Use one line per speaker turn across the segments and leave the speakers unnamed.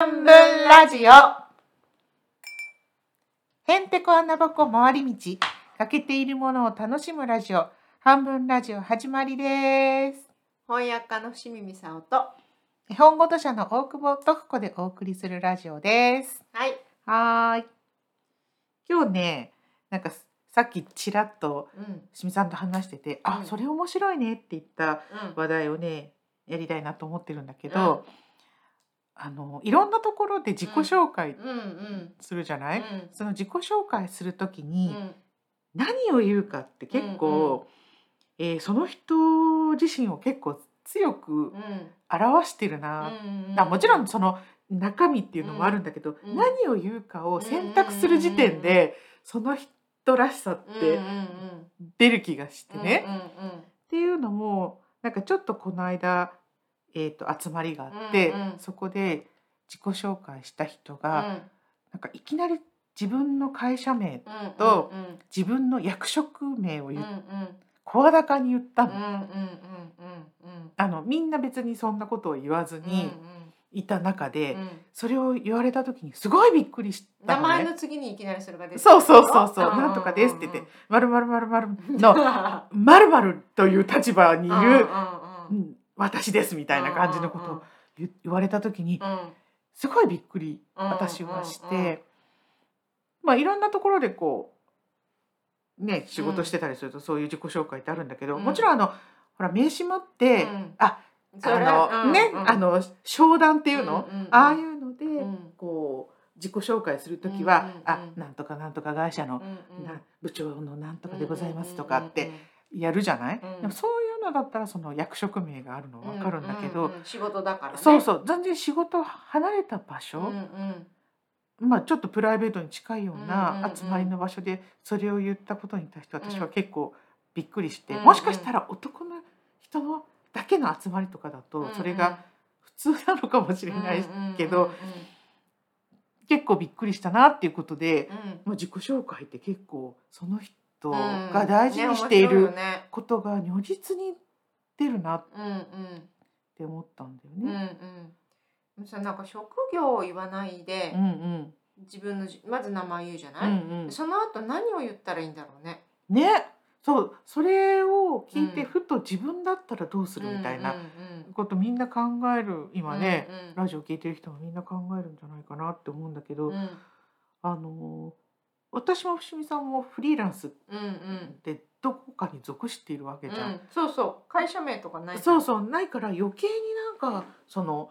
半分ラジオへんてこあなぼこ回り道欠けているものを楽しむラジオ半分ラジオ始まりです
翻訳家の伏見さんとは
日本語図書の大久保徳子でお送りするラジオです
い
はーい今日ねなんかさっきちらっと
うんうん
しみさんと話してて、
う
あ
ん
それ面白いねって言った話題をねやりたいなと思ってるんだけど、あのいろんなところで自己紹介
うんうん
するじゃな
う
い、
ん
その自己紹介するときに
うん
何を言うかって結構、えーその人自身を結構強く表してるな、
うん
あもちろんその中身っていうのもあるんだけど、
うん
何を言うかを選択する時点で、その人らしさっ
う
て
んうん
出る気がして
うん
ね。
う
っ
ん
ていうのもなんかちょっとこの間、えー、と集まりがあって、
うんうん
そこで自己紹介した人
うん
が、なんかいきなり自分の会社名
うんうん
と
うん
自分の役職名を
うん
言
う
っ
ん
声高に言った
うん
の,、
うんうん
あのみんな別にそんなことを言わずにいた中で、
うんうん
それを言われた時にすごいびっくりしたの
名前
ね
の次にいきなりそれが出て
そうそうそうそう
うん
なんとかですって言って「まるまるまるまる
うん
の「まるまるという立場にい
うんうんうん
るうん私ですみたいな感じのことを言言われた時に
うんうん
すごいびっくり
うん
私はし
うんうん
て、まあいろんなところでこうね仕事してたりするとそういう自己紹介ってあるんだけど、
うん
もちろんあのほら名刺持って、
うん
あ
それ
あの、
うん
ね、
うん
あの商談っていうの、
うんうん
ああいうので、
うん
こう自己紹介する時は、
うんうんうん
あなんとかなんとか会社の、
うんうん
な部長のなんとかでございますとかってやるじゃない、
うん
でもそういうのだったらその役職名があるのわかるんだけど、
ううう仕事だからね
そうそう全然仕事離れた場所、
うんうん
まあ、ちょっとプライベートに近いよう
うんうんう
なん集まりの場所でそれを言ったことに対して私は結構びっくりして、
うんうん
もしかしたら男の人のだけの集まりとかだとそれが普通なのかもしれないけど、結構びっくりしたなっていうことで、まあ、自己紹介って結構その人が大事にしていることが如実に出るなっ
うんうん
て思ったんだよ
うんうん
ね。
うんそのなんか職業を言わないで
うんうん
自分のじまず名前言うじゃ
う
ない、
んうん
その後何を言ったらいいんだろうね
ねそうそれを聞いて
うん
ふと自分だったらどうするみたいな
うんうん
ことみんな考える
うん
今ね、
うん
ラジオ聞いてる人もみんな考えるんじゃないかなって思うんだけど、
うん
あのー私も伏見さんもフリーランスっ
うんうん
てどこかに属しているわけじゃ。
うんんそうそう会社名とかない
そうそうないから余計になんかその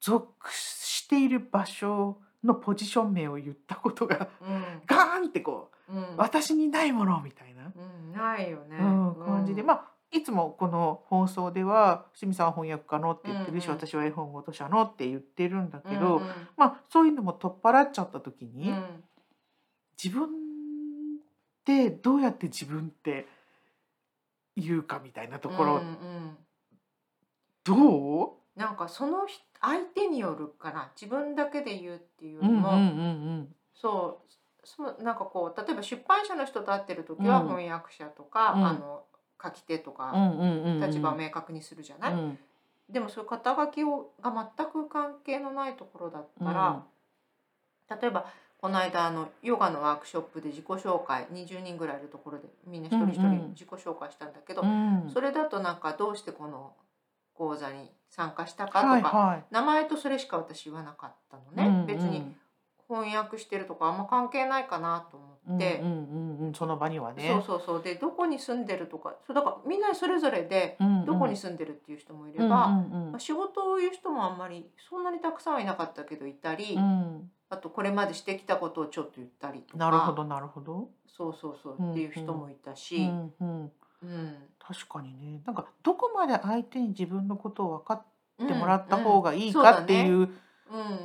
属している場所のポジション名を言ったことが
うん
ガーンってこう、
うん
私にないものみたいな、
うんないよね
うん、感じで、まあいつもこの放送では「伏見さんは翻訳家の」って言ってるし、
うんうん
私は絵本ごと者のって言ってるんだけど、
うん
まあそういうのも取っ払っちゃった時
うん
に、
うん
自分ってどうやって自分って言うかみたいなところ、
うんうん
どう
なんかその人相手によるかな自分だけで言うっていうよ
う
り
んうん
も、
うん
そうそうなんかこう例えば出版社の人と会ってる時は
うん
翻訳者とか、
うん
あの書き手と
う
か
んうんうんうん
立場を明確にするじゃない、
うん
でもそういう肩書きをが全く関係のないところだったら、例えばこの間あのヨガのワークショップで自己紹介20人ぐらいいるところでみんな一人一
うんう
人
ん
自己紹介したんだけど、
うん
それだとなんかどうしてこの講座に参加したかとか、
はいはい
名前とそれしか私言わなかったのね、
うんうん
別に翻訳してるとかあんま関係ないかなと思って
うん、うんうんうんその場にはね
そうそうそうでどこに住んでるとかそうだからみんなそれぞれで
うんうん
どこに住んでるっていう人もいれば、
うんうん
まあ、仕事を言う人もあんまりそんなにたくさんはいなかったけどいたり、
うん
あとこれまでしてきたことをちょっと言ったりとか
なるほどなるほど、
そうそうそう
うんうん
っていう人もいたし、
う
うん
んうん、確かにねなんかどこまで相手に自分のことを分かってもらった方がいいかっていう,、
うんうんそうだね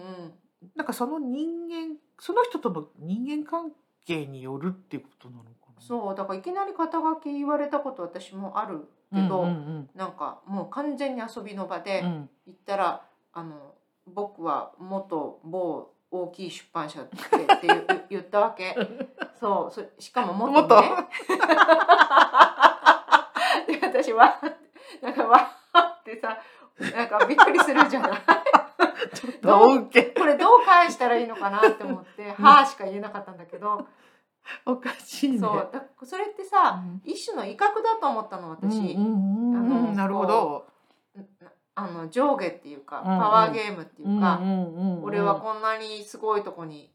なんかその人間その人との人間関係によるっていうことなのかな。
うんうんそうだからいきなり肩書き言われたこと私もあるけど、
うんうん
なんかもう完全に遊びの場
う
で、
んうん
行ったら「あの僕は元某大きい出版社」ってって言 言ったわけそうそしかも元ね で私はなんかわーってさなんかびっくりするじゃない
が多くて
これどう返したらいいのかなって思って「はあ」しか言えなかったんだけど
おかしいね。
そうだそれってさ
うん
一種の威嚇だと思ったの
うんう
私。
んうんうん
あの
なるほど。
あの上下っていうか
うん
パ
うん
ワーゲームっていうか、俺
俺
はこんなにすごいとこに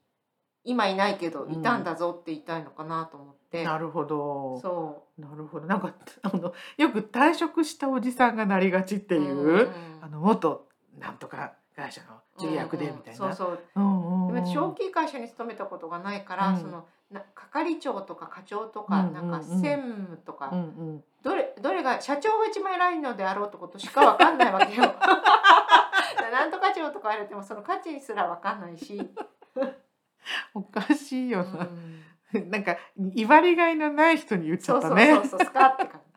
今いないけどいたんだぞって言いたいのかなと思って、
なるほど。
そ
なるほど。なんかあのよく退職したおじさんがなりがちって
う
い
んん
う、あの元なんとか会社の重役でみたい
うんうん
な。
そうそう
うんうんう
で
ん
も私大きい会社に勤めたことがないから、
うん
そのな係長とか課長とか、
うんうんうん
なんか専務とか、
うんうん
どれどれが社長が一番偉いのであろうってことしかわかんな いわけよ。だからなんと課長とか言われてもその価値すらわかんな いし、
おかしいよ
う
な。
ん
なんか威張りがいのない人に言っち
そ
ゃ
う
っ
そ
た
う
ね。
そうそうスカッて感じ。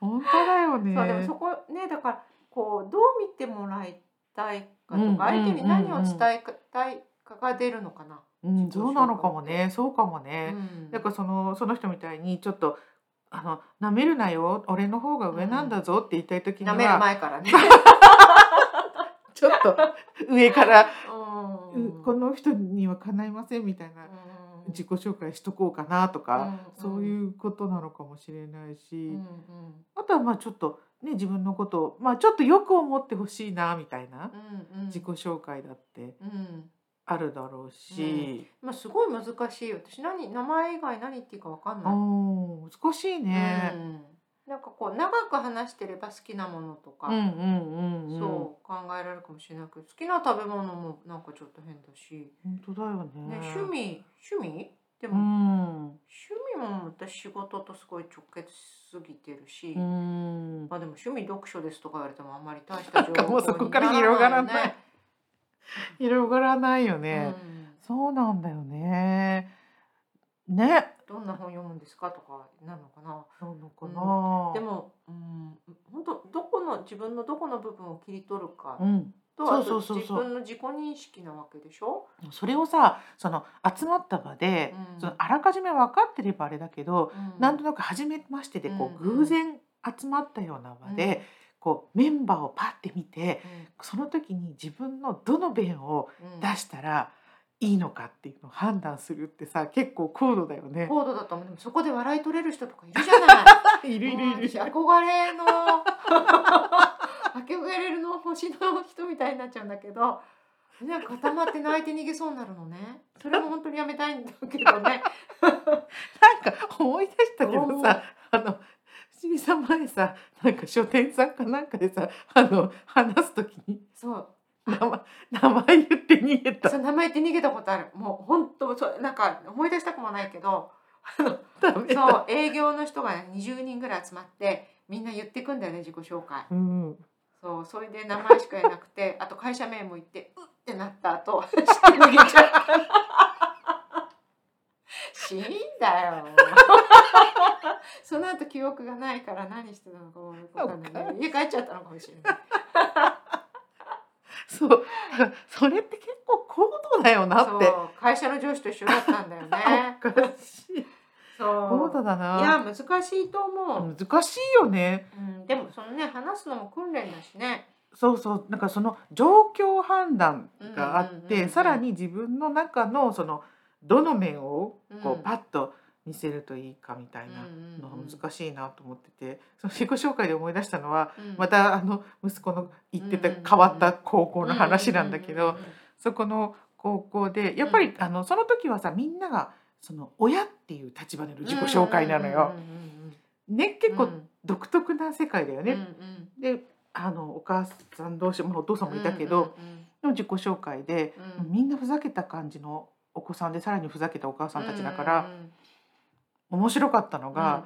本当だよ ね。
そうでもそこねだからこうどう見てもらいたいか
う
とか、
んうんうんうん
相手に何を伝えたいかが出るのかな。
うん、そうなのかもね。そうかもね。
うん
だからそのその人みたいにちょっとあの舐めるなよ俺の方が上なんだぞって言いたい時に
舐める
は、
前からね。
ちょっと上から、う
うん
この人にはかないませんみたいな
うん
自己紹介しとこうかなとか、
ん
そういうことなのかもしれないし、
うんうん
あとはまあちょっとね自分のことを、まあ、ちょっとよく思ってほしいなみたいな
うんうん
自己紹介だって
うん
あるだろうし、
まあすごい難しい私何名前以外何言っていいかわかん
う、
なん
難しい
い、
ね。
うんなんかこう長く話してれば好きなものとか、
うんうんうんうん、
そう考えられるかもしれないけど好きな食べ物もなんかちょっと変だし、
本当だよね
ね、趣味趣味で
う
も、
ん
趣味も私仕事とすごい直結しすぎてるし、
うん
まあでも趣味読書ですとか言われてもあんまり大した情報
なんかもうそこから広がらない広がらないよ
ね
ね、
うん
そうなんだよねね
どんな本読むんですかとかなのかな。
なのかな、
でも、うん、本当どこの自分のどこの部分を切り取るか
うん
と、
そうそ
あと
うそう
自
そう
分の自己認識なわけでしょ。
それをさその集まった場で、
うん
そのあらかじめ分かってればあれだけど、
うん
なんとなく初めましてでこう、
うん
偶然集まったような場で、こうメンバーをパッて見てその時に自分のどの弁を
うん
出したらいいのかっていうのを判断するってさ結構高度だよね。
高度だと思う。でもそこで笑い取れる人とかいるじゃない
い。るいる
もう
いる
私。憧れの憧れるの星の人みたいになっちゃうんだけど。なんか固まって泣いて逃げそうになるのね。それも本当にやめたいんだけどね。
なんか思い出したけ
どう
ど
も
さあの伏見さん前さなんか書店さんかなんかでさあの話す時に
そう。
名前名前言って逃げた
そう名前って逃げたことあるもう本当そうなんか思い出したくもないけど
ダメ
そ
だ。
う営業の人が20人ぐらい集まってみんな言ってくんだよね自己紹介
うん、
そうそれで名前しか言えなくて あと会社名も言ってうってなった後して逃げちゃった死んだよ その後記憶がないから何してたのかもよくわかんないね家帰っちゃったのかもしれない
そうだからそれって結構高度だよな
そ
って
う会社の上司と一緒だった んだよね
おかしい
そ
高
う
度だ
い
な
や難しいと思う、
難しいよね
うん、でもそのね話すのも訓練だしね。
そうそうなんかその状況判断があっ
うんうんうんう
て
ん
さらに自分の中のそのどの面をこ
うん
うパッと見せるといいかみたいなのが難しいなと思っててその自己紹介で思い出したのは
うん
またあの息子の行ってた
うんうんうん
変わった高校の話なんだけどそこの高校でやっぱりあのその時はさみんながその親っていう立場での自己紹介なのよ。。ね結構独特な世界だよ
ね
ね。であのお母さん同士もお父さんもいたけどの自己紹介でみんなふざけた感じのお子さんでさらにふざけたお母さんたちだから面白かったのが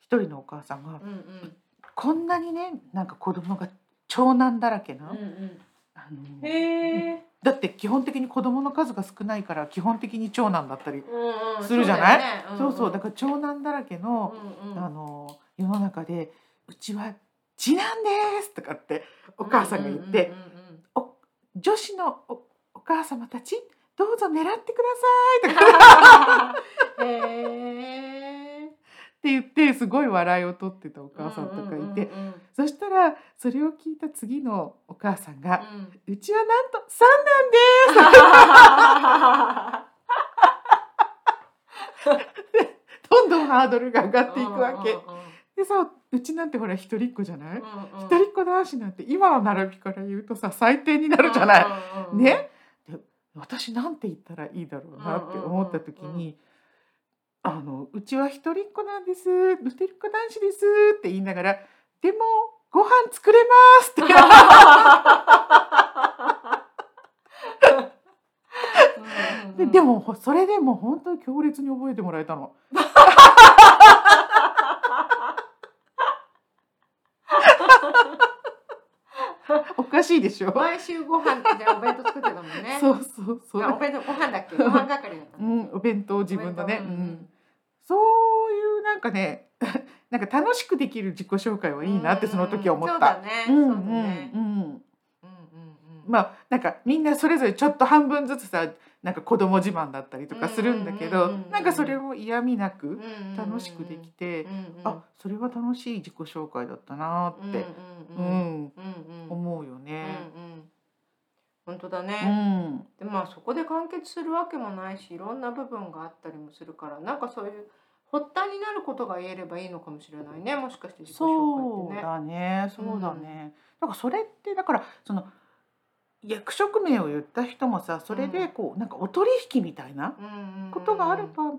一人のお母さんがこんなにねなんか子供が長男だらけな、あの
へえ
だって基本的に子供の数が少ないから基本的に長男だったり、
うんうん
するじゃない
そ
そうそうだ
か
から長男だらけの,、あの世の中で「うちは次男です」とかってお母さんが言って「女子のおお母様たちどうぞ狙ってください」とか
へえ
言ってすごい笑いを取ってたお母さんとかいて、
うんうんうんうん
そしたらそれを聞いた次のお母さんが
うん
「うちはなんと三男でどんどんハードルが上がっていくわけ
うん。う
でさうちなんてほら一人っ子じゃない、
んうんうん
一人っ子男子なんて今の並びから言うとさ最低になるじゃない、
うんうんうん
ね私なんて言ったらいいだろうなって思った時
うんうんうん
に「あのうちは一人っ子なんです一人っ子男子です」って言いながら「でもご飯作れます」って
うんうん う
で
ん
でもそれでもう本当に強烈に覚えてもらえた の。おかしいでしょ、。
毎週ご飯でお弁当作ってたもんね
そうそうそう
あお弁当ご飯だ っけご飯係だった
う
の。
ん、お弁当自分のね、
お
う
弁当うん
ん、そういうなんかね なんか楽しくできる自己紹介はいいなってその時は思っ
そう
た。
だね。
う
そ
んう
うんだね
う。ん
うんうんうん
まあなんかみんなそれぞれちょっと半分ずつさなんか子供自慢だったりとかするんだけ
うん
ど
うんうんうん
なんかそれも嫌味な
うん
く
うんうんうん
楽しくできて
うんうん
あそれは楽しい自己紹介だったなーって、
う
うん
うん
ん、
うんうんうん
思うよ
う
ね。
んうん本当だ
う
ね。
ん
でまあそこで完結するわけもないしいろんな部分があったりもするからなんかそういう発端になることが言えればいいのかもしれないねもしかして自己紹
そう
介ってね。
だね、そうだね。なんかそれってだからその役職名を言った人もさ、それでこう、なんかお取引みたいな
うんうんうん
ことがあれば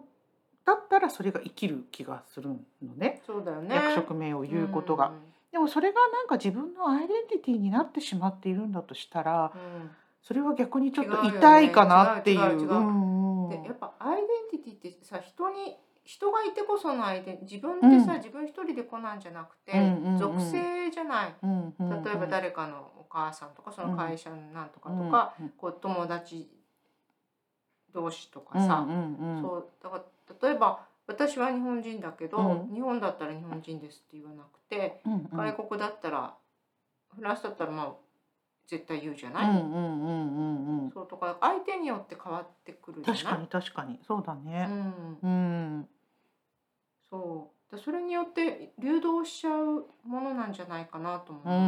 だったらそれが生きる気がするのね。
そうだよね
役職名を言うことが、でもそれがなんか自分のアイデンティティになってしまっているんだとしたら
うんうん
それは逆にちょっと
違うよね
痛いかなっていう
違う違う違う
うんうん
でやっぱアイデンティティってさ人に人がいてこそのアイデン自分ってさ、
うん
自分一人でこなんじゃなくて、
うんうんうん
属性じゃない
うんうんうん
例えば誰かのお母さんとかその会社のなんとかと
うん
か、こう友達同士とかさ、
うんうんうん
そうだから例えば私は日本人だけど、
う
日本だったら日本人ですって言わなくて、
うんうん
外国だったらフランスだったらまあ絶対言うじゃ
う
ない、
んうんうんうんうん
そうとか相手によって変わってくるじゃない
確かに確かにそうだね。
うん、
うん、
そうだそれによって流動しちゃうものなんじゃないかなと思
う
う。
ん、う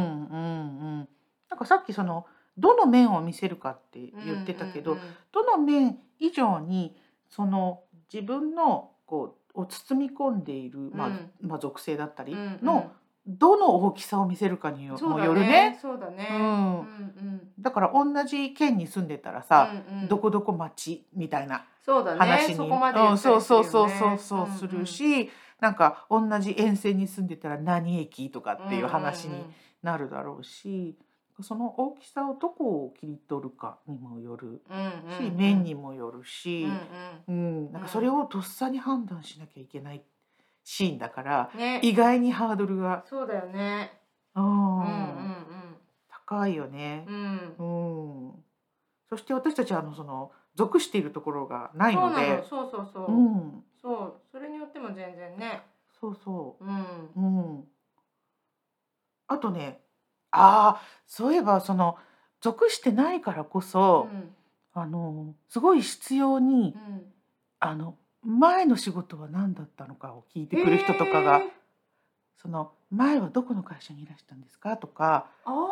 ん、うん。なんかさっきその、どの面を見せるかって言ってたけど、
うんうん
どの面以上に。その自分の、こう、を包み込んでいる、まあ、
うん
まあ属性だったり
うん、
の。どの大きさを見せるかによ、
そう
も
だ
よる
ね
ね。。
そうだね。
う
う
ん
んうん。
だから同じ県に住んでたらさ、
うんうん
どこどこ町みたいな
そうだ
話
ね。
に、
そこまで
う
言
ん、
った
そ
り
う
する
そ
よ
う
ね
そうそうそうする。
うんうん
し、なんか同じ沿線に住んでたら何駅とかっていう話になるだろうしその大きさをどこを切り取るかにもよる
うんうん
し、
うんうん
面にもよる
うん
しう
う、
んなんかそれをとっさに判断しなきゃいけないシーンだから
んね。
意外にハードルが、
そうだよね。
うん
うんうん
高いよね
うん。う。ん。
うんそして私たちはあのその属しているところがない
そう
の
なの。
で
そうそうそう
う。ん、
そう。それによっても全然ね。
そうそ
うん。
う。うん、あとねああそういえばその属してないからこそ、
うん
あのすごい必要に
うん。
あの前の仕事は何だったのかを聞いてくる人とかが
へー。
「その前はどこの会社にいらしたんですか?」とか
あ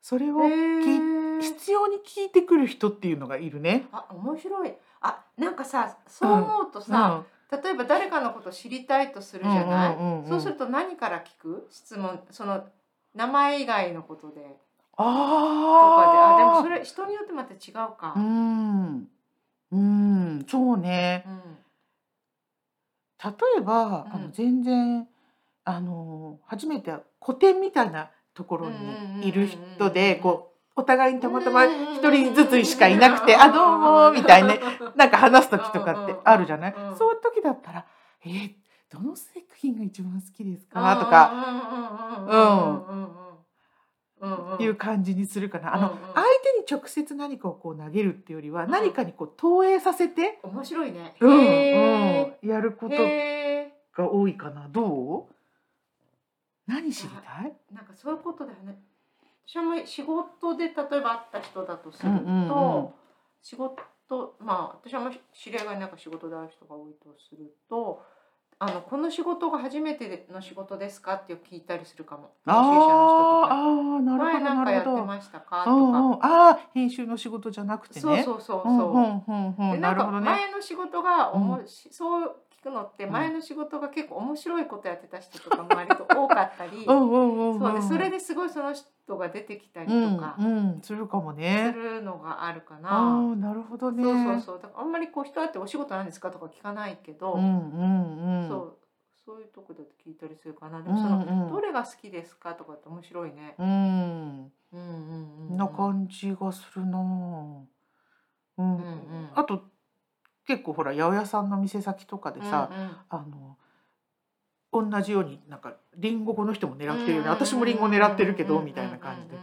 それ
あ。
を
へえ。
必要に聞いてくる人っていうのがいるね。
あ、面白い。あ、なんかさ、そう思うとさ、例えば誰かのこと知りたいとするじゃない。
うんうんうんうん
そうすると何から聞く質問その名前以外のことでとかであでも
あ
そ
ー
れ人によってまた違うか。
うんうんそうね
うん
例えば、あ
う
の
ん
全然あの初めて古典みたいなところにいる人で
うんうんうんうん
こうお互いにたまたま
うん
一人ずつしかいなくてあどうもみたいななんか話す時とかってあるじゃない、
うんうんうん
そういう時だったら「えーどの作品が一番好きですか?」とか
か
い
うん
う感じにするかな。あの
うんうん
相手に直接何かをこう投げるっていうよりは何かにこう投影させて、
面白いね。
うん
へ
うんやること
ーへ
が多いかなどう何知りたい
ーなんかそういうことだよね。私はも仕事で例えば会った人だとする
うんうんうん
と仕事まあ私はも知り合いがなんか仕事で会う人が多いとするとあのこの仕事が初めての仕事ですかって聞いたりするかも。
あー
編集者の人とか
あーなるほ
前
ど
なんか
な
や
る
って
ほど。
ましたかと
うん
か。
うん、ああ編集の仕事じゃなくてね。
そうそうそう
うん
そう。
うんうんう
で
ん
な
なんる
か
ほどね。
前の仕事がおもし、そう聞くのって
うん
前の仕事が結構面白いことやってた人とかも割と多かったり、
うんうんうんうん。
そうでそれですごいその人が出てきたり
うん
とか
うんするかも
す
ね。
るのがあるかな。
ああなるほどね。
そうそうそうだからあんまりこう人会ってお仕事なんですかとか聞かないけど、
うんうんうん。
そうそういうとこだと聞いたりするかなでもその、
うんうん
どれが好きですかとかって面白いね。
うん、
うんうんうんうん
な感じがするなあ。うん、
うんうん
あと結構ほら八百屋さんの店先とかでさ、あの同じようになんかリンゴこの人も狙ってるよね、私もリンゴ狙ってるけどみたいな感じで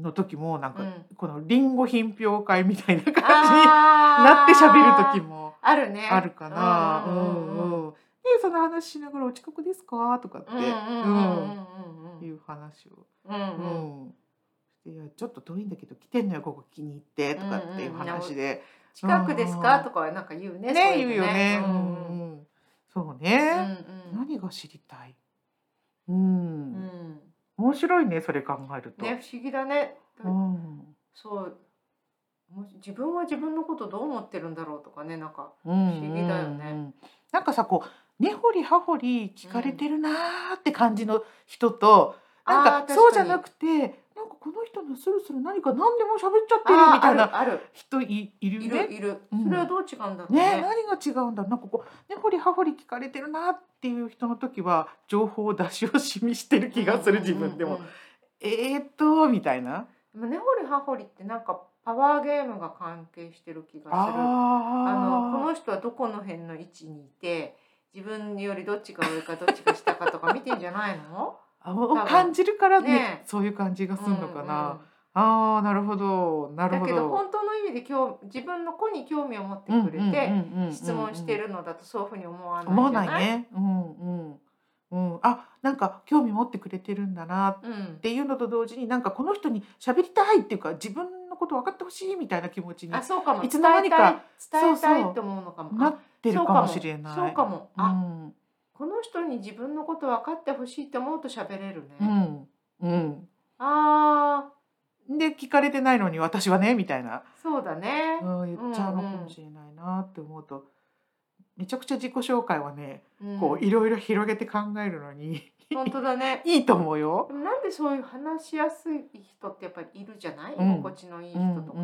の時もなんか、
うん
このリンゴ品評会みたいな感じにな
な
って喋る時も
あるね
あるかな。う
うんうんうんうん
んうん。でその話しながらお近くですかとかって、
うんうん
うんいう話を。
うんうんうんうんうん
うん、いやちょっと遠いんだけど来てんのよここ気に入ってとかっていう話で、
近くです
う
か
ん
とかはなんか言うね
ね
そう
言うよね、
う
うんん
うん
うん、そう
う
ね、
ん
何が知りたいうん、
うんうん
面白いねそれ考えると、
ね不思議だね
うん
そうもし自分は自分のことどう思ってるんだろうとかねなんか
うん
不思議だよね
うんなんかさこう根掘り葉掘り聞かれてるなーって感じの人と、なんかそうじゃな
て
くてなんかこの人のスルスル何か何でも喋っちゃってるみたいな
ある
人いいる
い
ね。
るいる
うん
それはどう違うんだろう
ね
ね
何が違うんだろうなんかこう根掘り葉掘り聞かれてるなっていう人の時は情報を出し惜しみしてる気がする自分でも、
うんうんうん
えーっとみたいな
でも根掘り葉掘りってなんかパワーゲームが関係してる気がするあのこ
あ
の人はどこの辺の位置にいて自分よりどっちが上かどっちが下かとか見てんじゃないの
あの感じるからね
ね
そういう感じがするのか
うんう
な、
ん
あーなるほどなる
だ
ほ
け
ど
ど本当の意味で興自分の子に興味を持って
うんうん
く
うん
れて
うんうん
質問してるのだとそういうふうに思わないじ
思わ
ゃな
ないいねうんうんうんあなんか興味持ってくれてるんだなっ
うん
ていうのと同時になんかこの人に喋りたいっていうか自分のこと分かってほしいみたいな気持ちに
あそうかも
いつの間にか
伝えたい伝えた
そう
い
そう
と思うのかも
なってるかもしれない。
そうかもそうかもあ、
うん
この人に自分のこと分かってほしいと思うと喋れるね、
うんうん
あ
で聞かれてないのに私はねみたいな、
ーそうだね、
うん、言っちゃうのかもしれないなって思うと、めちゃくちゃ自己紹介はね
うん
こういろいろ広げて考えるの に
本当だね
いいと思うよ。
でもなんでそういう話しやすい人ってやっぱりいるじゃない、
うん
心地のいい人とか、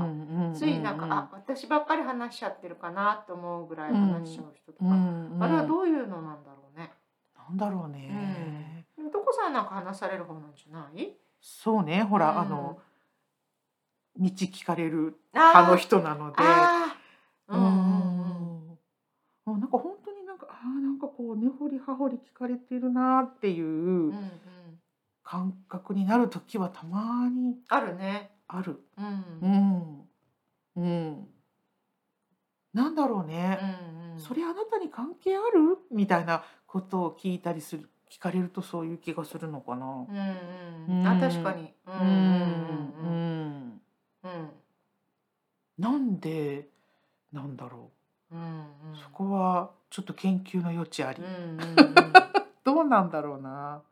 ついなんか、あ私ばっかり話しちゃってるかなと思うぐらい話しちゃう人とか、
うんうんうん、
あれはどういうのなんだろうね
なんだろうね。
でもどこさんなんか話される方なんじゃない
そうねほら、
うん
あの道聞かれる
あ
派の人なので。
あー
う
うん
う
んうんうん
んうん、なんか本当になんかあーなんかこう根掘り葉掘り聞かれてるなって
う
いう
んう
ん感覚になる時はたまに
あるね
ある。
うん
う
う
ん、
ん
うん、なんだろうね、
うん
それあなたに関係あるみたいなことを聞いたりする聞かれるとそういう気がするのかな。
うんうんあ
うん
確かにうん
う
うんう
ん
んうん
なんでなんだろ
うん
う、そこはちょっと研究の余地あり。
うんうんうん
どうなんだろうな。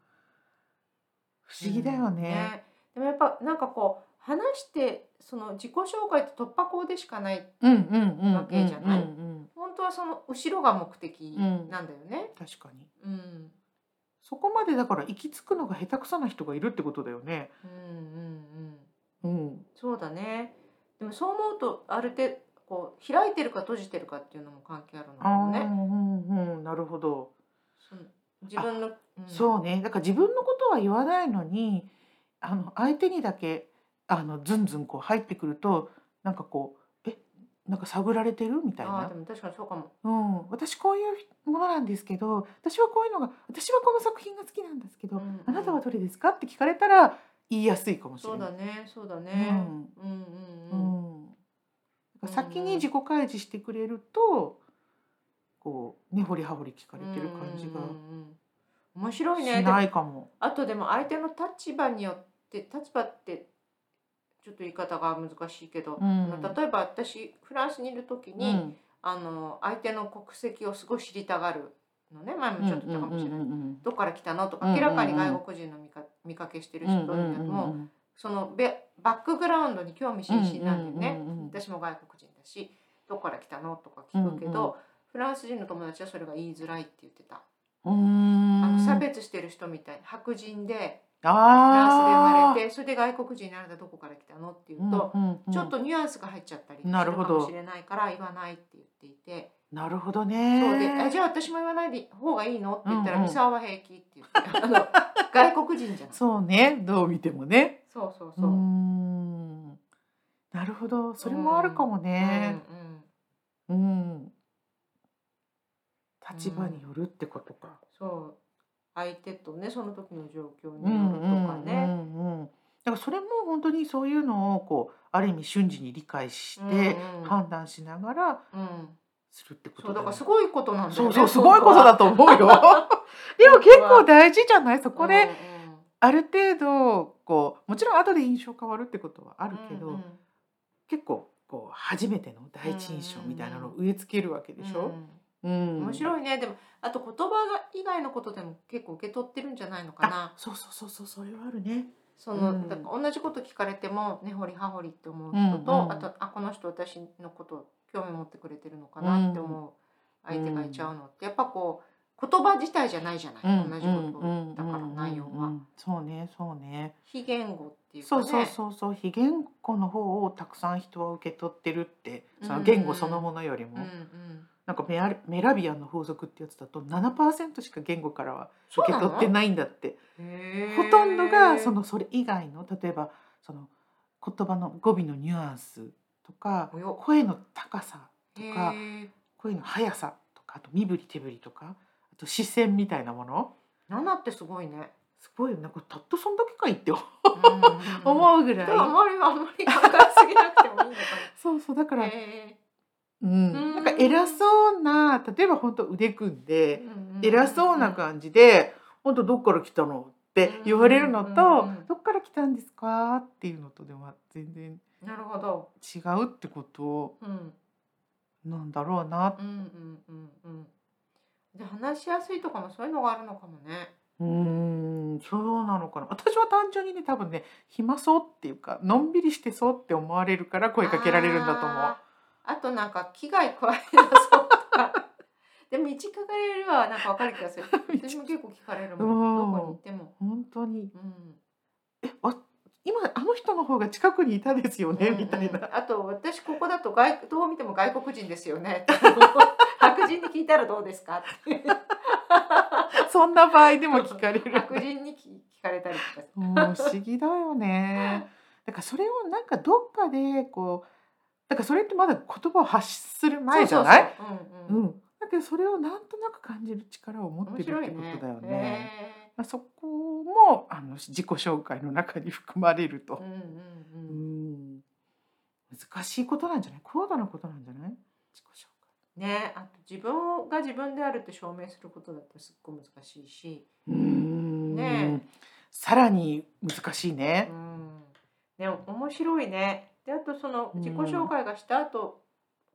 不思議だよ
うん
ね。
でもやっぱなんかこう話してその自己紹介って突破口でしかない
うんうんうんうん
わけじゃない
うんうん
本当はその後ろが目的なんだよね。
確かに。
うん
そこまでだから行き着くのが下手くそな人がいるってことだよね。
うんうんうん
うん。
そうだね。でもそう思うとある程度こう開いてるか閉じてるかっていうのも関係あるのか
ああ、
もね。
うんうん、なるほど。
その自分の、うん
そうね。だから自分のことは言わないのに、あの相手にだけあのずんずんこう入ってくると、なんかこうえなんか探られてるみたい
ああ
な
で。も確かにそうかも。
うん。私こういうものなんですけど、私はこういうのが私はこの作品が好きなんですけど、
うんうん
あなたはどれですかって聞かれたら言いやすいかもし
そ
れ
う
な
だ
い。
ねそうだね。うんうん
う
うん。
ん。うん、先に自己開示してくれると、こう根掘り葉掘り聞かれてる感じ
うんうん
が
うん面白いね。
し
でも
ないかも。
あとでも相手の立場によって立場ってちょっと言い方が難しいけど、
うん
あの例えば私フランスにいる時に、
うん
あの相手の国籍をすごい知りたがるのね前もちょっと言ったかもしれない、どっから来たのとか明らかに外国人の見か見かけしてる人にもそのべバックグラウンドに興味津々なんだよね。私も外国人だしどっから来たのとか聞くけど、
うんう
フランス人の友達はそれが言いづらいって言ってた。あの差
あ
別してる人みたいに白人でフランスで生
あ
まれてそれで外国人になるんだどこから来たのって言うと、ちょっとニュアンスが入っちゃったりする
な
か
るほど
もしれないから言わないって言っていて。
なるほどね
そうで、あじゃあ私も言わないで方がいいのって言ったら、
うんうん
ミサオは平気って言って、あの外国人じゃない。そ
そ
う
うねどう見てもね
そうそう
うーんなるほどそれもあるかもね
うんう
う
ん
ん、立場によるってことか、
そう相手とねその時の状況
う
によ
ん
る
う
と
ん
か
うん
ね。
うんだからそれも本当にそういうのをこうある意味瞬時に理解して、
うんうん
判断しながら
うん、
するってこと
そうだからす
よね
ごいことなんだよ
そう
ね。
そうすごいことだと思うよ でも結構大事じゃないそこ
本当は。
である程度こうもちろん後で印象変わるってことはあ
うん
る
うん
けど、
うんうん
結構こう初めての第一印象みたいなのを植え付けるわけでしょ、うん
面
い
白いねでもあと言葉が以外のことでも結構受け取ってるんじゃないのかな
あそうそうそうそうそれはあるね
その、
うん
だから同じこと聞かれても根掘り葉掘りって思う人と、
うんうん
あとあこの人私のこと興味持ってくれてるのかなって思う相手がいちゃうのってやっぱこう言葉自体じゃないじゃない、同じこと、だから内容は
そうねそうね
非言語っていうか
そ
ね
うそうそうそう非言語の方をたくさん人は受け取ってるってそ
うん
の
うん
言語そのものよりも、
うんうん、
なんかメアリメラビアンの法則ってやつだと7%しか言語からは
そう
受け
なの
取ってないんだって
へ
ほ
ー
とんどがそのそれ以外の例えばその言葉の語尾のニュアンスとか
およ
声の高さとか
へー
声の速さとかあと身振り手振りとかあと視線みたいなもの
7ってすごい ね、
すごいなんかたったそんだけかいって
うんうん
思うぐら
だ
い、
からあんまりあんまり考えすぎなくてもいい のか
そうそうだか
な
ら、
へ
うん、
うん
なんか偉そうな例えば本当腕組ん
ー
で
うんうんうん
偉そうな感じで「本当どっから来たの?」って言われるのと
うんうんうん
「どっから来たんですか?」っていうのとでは全然
なるほど、
違うってこと
うん、
なんだろうな
うんうんうんうん。で話しやすいとかもそういうのがあるのかもね。
うーんそうなのかな私は単純にね多分ね暇そうっていうかのんびりしてそうって思われるから声かけられるんだと思う
あー。あとなんか危害加えなそうとか。でも道聞かれるはなんかわかる 気がする。私も結構聞かれるもん。ど
うん
こに行っても。
本当に
うん。
えわ今あの人の方が近くにいたですよねみたい
うんう
なん
あと私ここだと外どう見ても外国人ですよ ね。白人に聞いたらどうですかって。
そんな場合でも聞かれる
白人に聞聞かれたりとか。
もう不思議だよね。だからそれをなんかどっかでこうだからそれってまだ言葉を発する前じゃない
そうそう
う
そう。うんうん。
ん、だけどそれをなんとなく感じる力を持って
面
るってこ
白いね。
とだよね。
へー
まあ、そこもあの自己紹介の中に含まれると
う、んうんう
う
ん。
ん難しいことなんじゃない高度なことなんじゃない自己紹
ね、あと自分が自分であるって証明することだってすっごい難しいし、
介うん
ね
さらに難しいうね。
ん、ね面白いね。であとその
うん
自己紹介がした後、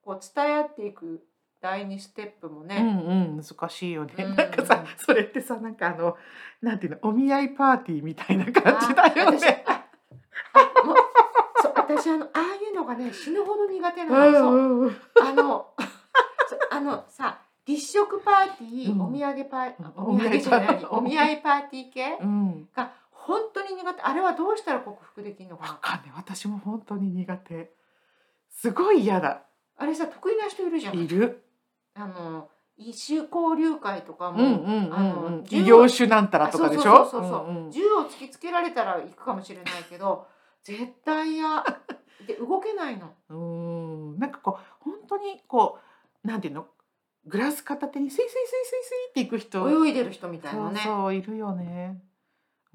こう伝え合っていく第二ステップも
う
ね、
んうん、難しいよね、
うん
なんかさそれってさなんかあのなんていうのお見合いパーティーみたいな感じだよね。
あ。私ああもうそう私あのああいうのがね死ぬほど苦手
う
なの。そうん
うんうん
あのそうあのさ立食パーティー、
うん
お土産パー
うん
お土産じゃない
お土
お
産
見合いパーティー系。
うん
が本当に苦手あれはどうしたら克服できるのか
わ
な
かんない私も本当に苦手すごい嫌だ
あれさ得意な人いるじゃん
いる
あの異種交流会とか
う
も、
んうん
あ
うんうん
の
異業種なんたらとかでしょ
あそうそうそうそう
うんうん
銃を突きつけられたら行くかもしれないけど絶対やで動けないの
うーんなんかこう本当にこうなんていうのグラス片手にスイスイスイスイスイっていく人
泳いでる人みたい
そ
な
う
ね
そういるよね。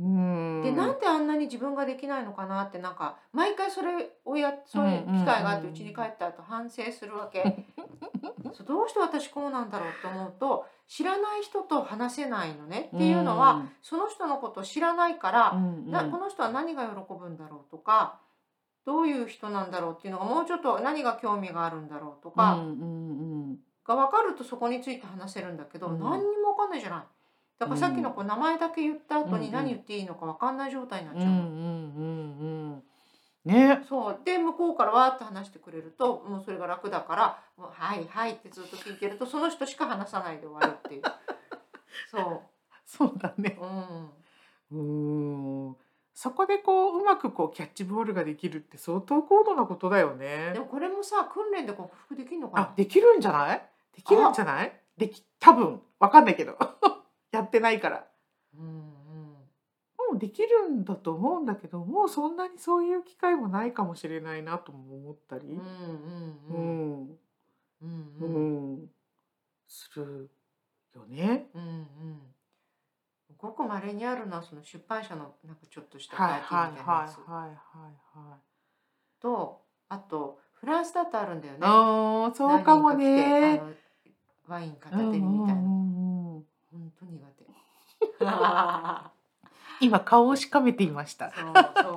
うーん
でなんであんなに自分ができないのかなってなんか毎回それをやそういう機会があっ
うんう
て
んうん
うちに帰った後反省するわけそうどうして私こうなんだろうと思うと知らない人と話せないのねっていうのは、その人のことを知らないから、
うんうん
なこの人は何が喜ぶんだろうとかどういう人なんだろうっていうのがもうちょっと何が興味があるんだろうと
うん
か
うんうん
が分かるとそこについて話せるんだけど、
うん
何にも分かんないじゃないだからさっきのこう名前だけ言った後
う
に
んうん
何言っていいのか分かんない状態になっ
う
ち
ん
ゃ
う
う、
んうんうんね
そうで向こうからわーって話してくれるともうそれが楽だから「もうはいはい」ってずっと聞いてるとその人しか話さないで終わるっていう そ
そうだね
うう
うー
ん
んそこでこううまくこうキャッチボールができるって相当高度なことだよね
でもこれもさ訓練で克服できるの
あ
かな
できるんじゃないできるんじゃないでき多分わかんないけど やってないから
うんうん
もうできるんだと思うんだけどもうそんなにそういう機会もないかもしれないなとも思ったり
うんうん
う
うん
ん
うん
う
うん
ん、するよね。
うんうんごくまれにあるのはその出版社のなんかちょっとした
はい
パー
はい
ティーみたいなや
は
つ
いはいはいはい。
とあとフランスだとあるんだよね
ああそうかも
何人
ね
か。来てあのワイン片
うんうん
手にみたいな
うんうん
本当苦手。そ
今顔をしかめていました。
うそう。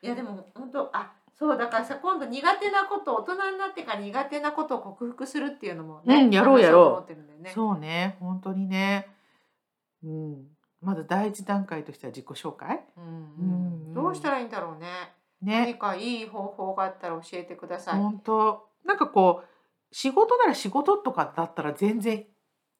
いやでも本当あそうだからさ今度苦手なこと大人になってから苦手なことを克服するっていうのもね、
うんやろうやろう
話そうと思ってるんだよね。
そうね本当にね。うん。まず第一段階としては自己紹介
うんうん
うん
どうしたらいいんだろうね。何
ね。
かいい方法があったら教えてください。
本当なんかこう仕事なら仕事とかだったら全然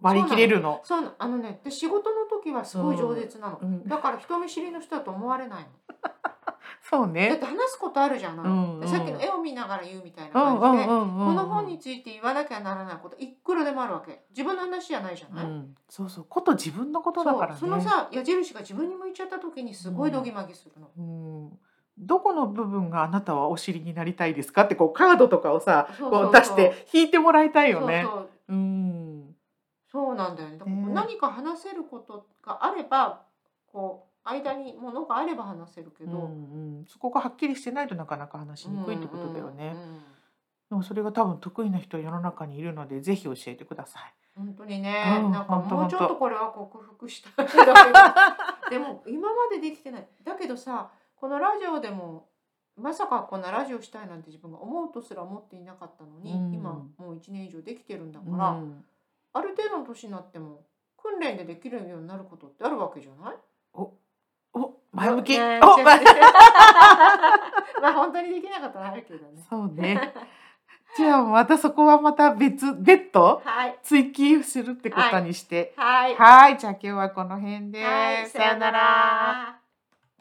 割り切れるの。
そうなあのねで仕事の時はすごい饒舌なの。
うん
だから人見知りの人だと思われないの。
そう
だっ
ね。
て話すことあるじゃない。
うんうん
さっきの絵を見ながら言うみたいな
うん
感
う
じで。
んうんうん。
この本について言わなきゃならないこといくらでもあるわけ自分の話じゃないじゃ
う
ない、
ん、そうそうこと自分のことだからね
そうそのさ矢印が自分に向いちゃった時にすごいドギマギするの、
うん、どこの部分があなたはお尻になりたいですかってこうカードとかをさ
そうそう
こ
そう
う出して引いてもらいたいよね
そうそう
うん
そうなんだよねだから
ね
何か話せることがあればこう間にものがあれば話せるけ
う
ど、
んうんそこがはっきりしてないとなかなか話しにくいってことだよね、
うんうんうん
でもそれが多分得意な人は世の中にいるのでぜひ教えてください
本当にね、
うん
なんか
ほんと
も
ほ
うんち
と
ょっとこれは克服したいだ けどでも今までできてないだけどさこのラジオでもまさかこんなラジオしたいなんて自分が思うとすら思っていなかったのに、
うん
今もう1年以上できてるんだか
う
ら、
ん
ある程度の年になっても訓練でできるようになることってあるわけじゃない
お前向き、
ね
お 前
まあ本当にできなかったらあるけどね。
そうねじゃあまたそこはまた別別途
はい。
追記するってことにして
はい。
はいじゃあ今日はこの辺です、
はい。